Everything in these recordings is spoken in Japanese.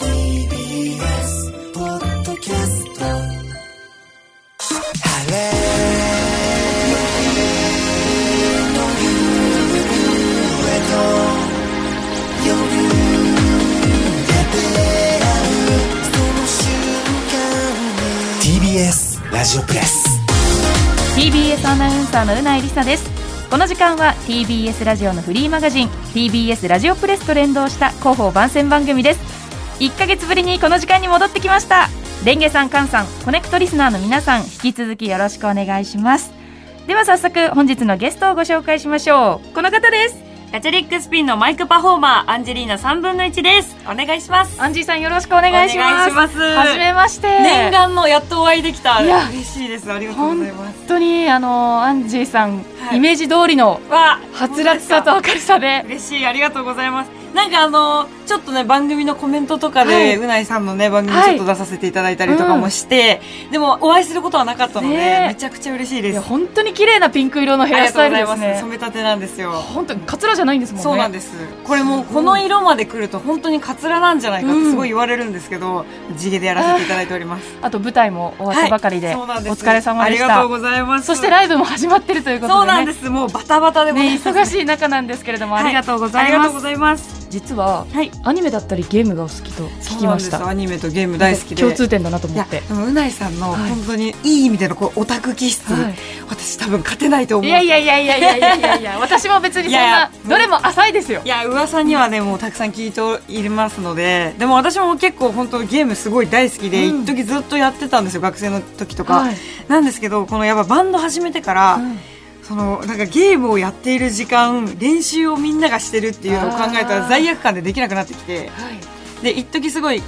TBS ポッドキャスト晴れの夕暮れと夜出会うその瞬間に TBS ラジオプレス TBS アナウンサーのうないりさですこの時間は TBS ラジオのフリーマガジン TBS ラジオプレスと連動した広報番宣番組です1ヶ月ぶりにこの時間に戻ってきましたレンゲさん、カンさん、コネクトリスナーの皆さん引き続きよろしくお願いしますでは早速本日のゲストをご紹介しましょうこの方ですガチャリックスピンのマイクパフォーマー、アンジェリーナ3分の1です。お願いします。アンジーさんよろしくお願いしますお願いしますはじめまして念願のやっとお会いできた。いや嬉しいです。ありがとう本ございます。当にあのアンジーさん、はいイメージ通りのわあはつらつさと本当ですか明るさで嬉しい。ありがとうございます。なんかあの、ちょっとね、番組のコメントとかで、はいうないさんのね、番組ちょっと出させていただいたりとかもして、でもお会いすることはなかったので、ねえめちゃくちゃ嬉しいでいす。や本当に綺麗なピンク色のヘありアがスとうタイごルざいでますす。ね染。めたてなんですよ。本当にカツラじゃないんですもんね。そうなんですこれもうこの色まで来ると本当にカツラなんじゃないかってすごい言われるんですけど、地毛でやらせていただいておりますあと舞台も終わったばかりで、そうおなんす疲れ様でしありがとうた。ございますそしてライブも始まってるということで、ね、そうなんですもうバタバタでございねます忙しい中なんですけれども、ありがとうござあいりがまとすう。ございます実ははいアニメだったりゲームがお好きと聞きましそうなんですた。アニメとゲーム大好きで共通点だなとい思やって。でもうないさんのはい本当にいい意味でのこうオタク気質、はい私多分勝てないと思いうやいやいやいやいやいやいやいや、私も別にそんいやいなやどれも浅いですよい。や噂にはねもうたくさん聞いていますのででも私も結構本当ゲームすごい大好きで、うん一時ずっとやってたんですよ学生の時とか、はいなんですけどこのやっぱバンド始めてから、そのなんかゲームをやっている時間練習をみんながしてるっていうのを考えたあーら罪悪感でできなくなってきてはいで一時すごい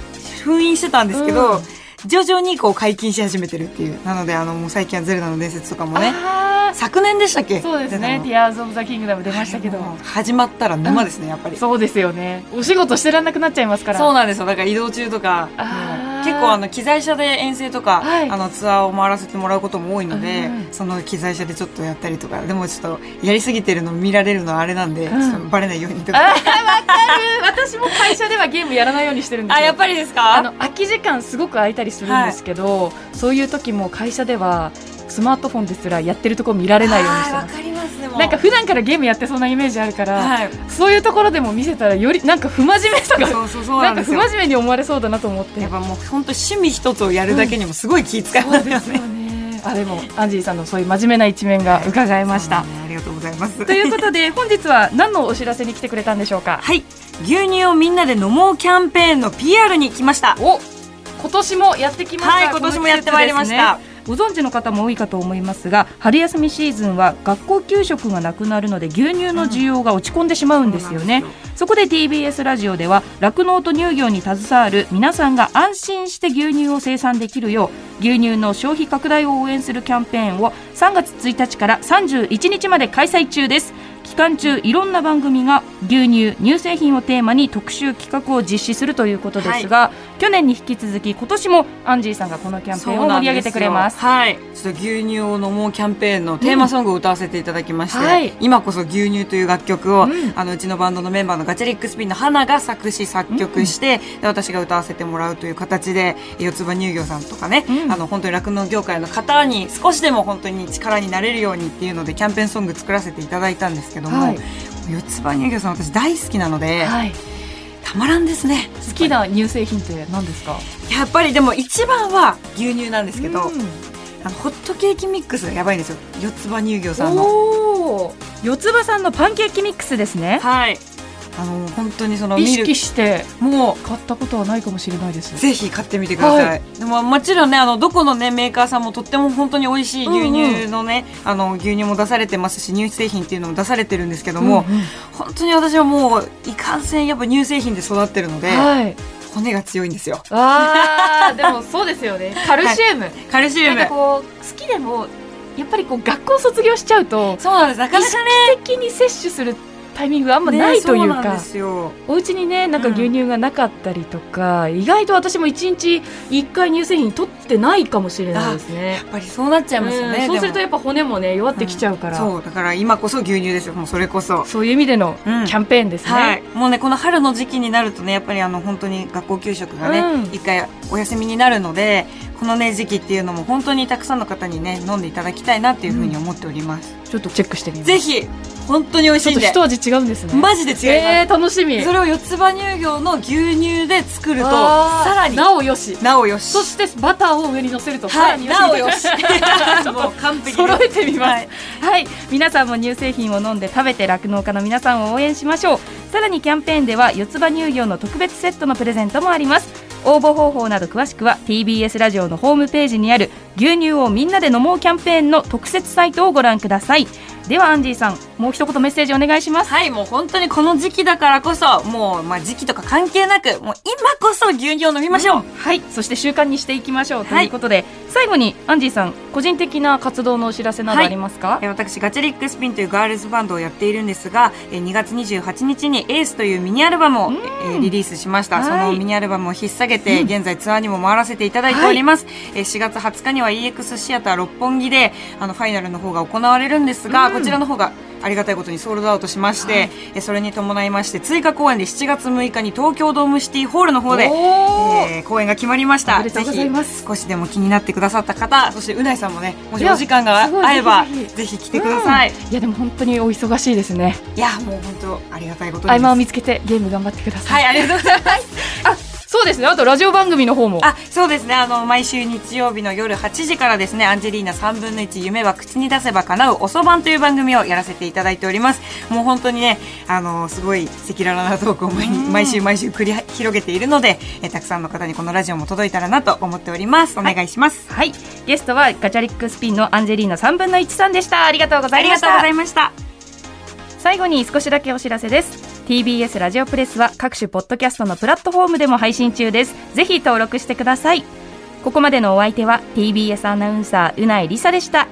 封印してたんですけど、うん徐々にこう解禁し始めてるっていうなのであのもう最近は「ゼルダの伝説」とかもねあー昨年でしたっけそうですね。テ出ィアーズオブザキングダム出たのましたけど、もう始まったら沼ですね、やっぱりそうですよね。お仕事してらんなくなっちゃいますから。そうなんですよだから移動中とかもあー結構あの機材車で遠征とか、はいあのツアーを回らせてもらうことも多いので、うんその機材車でちょっとやったりとかでもちょっとやりすぎてるの見られるのはあれなんで、うんちょっとバレないように とあーかわかる私も会社ではゲームやらないようにしてるんですよぱりですあかの空き時間すごく空いたりするんですけど、そういう時も会社ではスマートフォンですらやってるとこ見られないようにしてますかりますでもなんか普段からゲームやってそうなイメージあるから、はいそういうところでも見せたらよりなんか不真面目さがそうそうそうななんんかで不すよ真面目に思われそうだなと思ってやっぱもう本当趣味一つをやるだけにもすごい気遣いそうますでよすね、よねあでもアンジーさんのそういう真面目な一面が伺えましそうた、なんですねありがとうございますということで本日は何のお知らせに来てくれたんでしょうかはい牛乳をみんなで飲もうキャンペーンの PR に来ましたお今年もやってきました、はい今年もやってまいりましたこの季節ですねご存知の方も多いかと思いますが春休みシーズンは学校給食がなくなるので牛乳の需要が落ち込んでしまうんですよね、そこで TBS ラジオでは酪農と乳業に携わる皆さんが安心して牛乳を生産できるよう牛乳の消費拡大を応援するキャンペーンを3月1日から31日まで開催中です期間中いろんな番組が牛乳乳製品をテーマに特集企画を実施するということですが、去年に引き続き今年もアンジーさんがこのキャンペーンを盛り上げてくれますそうなんですよはい、ちょっと牛乳を飲もうキャンペーンのテーマソングを歌わせていただきまして、うんはい今こそ牛乳という楽曲を、ううんあのうちのバンドのメンバーのガチャリックスピンの花が作詞作曲して、で私が歌わせてもらうという形で四つ葉乳業さんとかね、うんあの本当に酪農業界の方に少しでも本当に力になれるようにっていうのでキャンペーンソング作らせていただいたんですけども、はい四つ葉乳業さん私大好きなので、はい、たまらんですね好きな乳製品って何ですかやっぱりでも一番は牛乳なんですけど、うんあのホットケーキミックスがやばいんですよ四つ葉乳業さんのおお四つ葉さんのパンケーキミックスですねはいあの本当にその意ミルク識しても買ったことはないかもしれないですうぜひ買ってみてください、はでももちろんねあのどこのねメーカーさんもとっても本当に美味しい牛乳のね、あの牛乳も出されてますし乳製品っていうのも出されてるんですけども、うんうん本当に私はもういかんせんやっぱ乳製品で育ってるので、はい骨が強いんですよあ ーでもそうですよねカルシウム、カルシウなんムかこう好きでもやっぱりこう学校卒業しちゃうとそうなんですなかなかね意識的に摂取するタイミングがあんまないというねそうなんかですよお家にねなんか牛乳がなかったりとか、意外と私も1日1回乳製品取ってないかもしれないですねやっぱりそうなっちゃいますよね、うんでそもうするとやっぱ骨もね弱ってきちゃうから、そうそうだから今こそ牛乳ですよもうそれこそいう意味でのキうんャンペーンですね、はい、もうねこの春の時期になるとねやっぱりあの本当に学校給食がねうん一、回お休みになるのでこのね時期っていうのも本当にたくさんの方にね飲んでいただきたいなっていうふうに思っております、ちょっとチェックしてみますぜひ本当に美味ちょしっいんとで一味違うんですねマジで違います、えー、楽しみそれを四つ葉乳業の牛乳で作るとあーさらになおよしなおよしそしてバターを上に乗せるとさはらいになおよよしし もう完璧です揃えてみますはいはい皆さんも乳製品を飲んで食べて酪農家の皆さんを応援しましょうさらにキャンペーンでは四つ葉乳業の特別セットのプレゼントもあります応募方法など詳しくは TBS ラジオのホームページにある「牛乳をみんなで飲もう」キャンペーンの特設サイトをご覧くださいではアンディさんもう一言メッセージお願いしますはい、もう本当にこの時期だからこそ、もう、まあ時期とか関係なく、もう今こそ牛乳を飲みましょう、はいそして習慣にしていきましょうとはいいうことで、最後にアンディさん個人的な活動のお知らせなどありますか、えー私ガチャリックスピンというガールズバンドをやっているんですがえー2月28日に「エースというミニアルバムをえーリリースしましたはいそのミニアルバムを引っ提げて現在ツアーにも回らせていただいております、えー4月20日には EX シアター六本木であのファイナルの方が行われるんですがこちらの方がありがたいことにソールドアウトしまして、えーそれに伴いまして追加公演で7月6日に東京ドームシティホールの方で、えー公演が決まりましたおめでとうございますぜひ少しでも気になってくださった方そしてうないさんもねもしいやお時間がすごい合えばぜひぜひぜひ来てください。いやでも本当にお忙しいですねいや、もう本当ありがたいことです。合間を見つけてゲーム頑張ってください、はい、ありがとうございます。そうですねあとラジオ番組の方もあ、そうですね。あの毎週日曜日の夜8時からですね、アンジェリーナ3分の1夢は口に出せば叶うおそばんという番組をやらせていただいております。もう本当にね、あのすごい赤裸々なトークを毎日毎週毎週繰り広げているので、えたくさんの方にこのラジオも届いたらなと思っております。お願いします。はい、ゲストはガチャリックスピンのアンジェリーナ3分の1さんでしたありがとうござあいりまがしとうごたざいました。最後に少しだけお知らせです TBS ラジオプレスは各種ポッドキャストのプラットフォームでも配信中ですぜひ登録してくださいここまでのお相手は TBS アナウンサーうないりさでした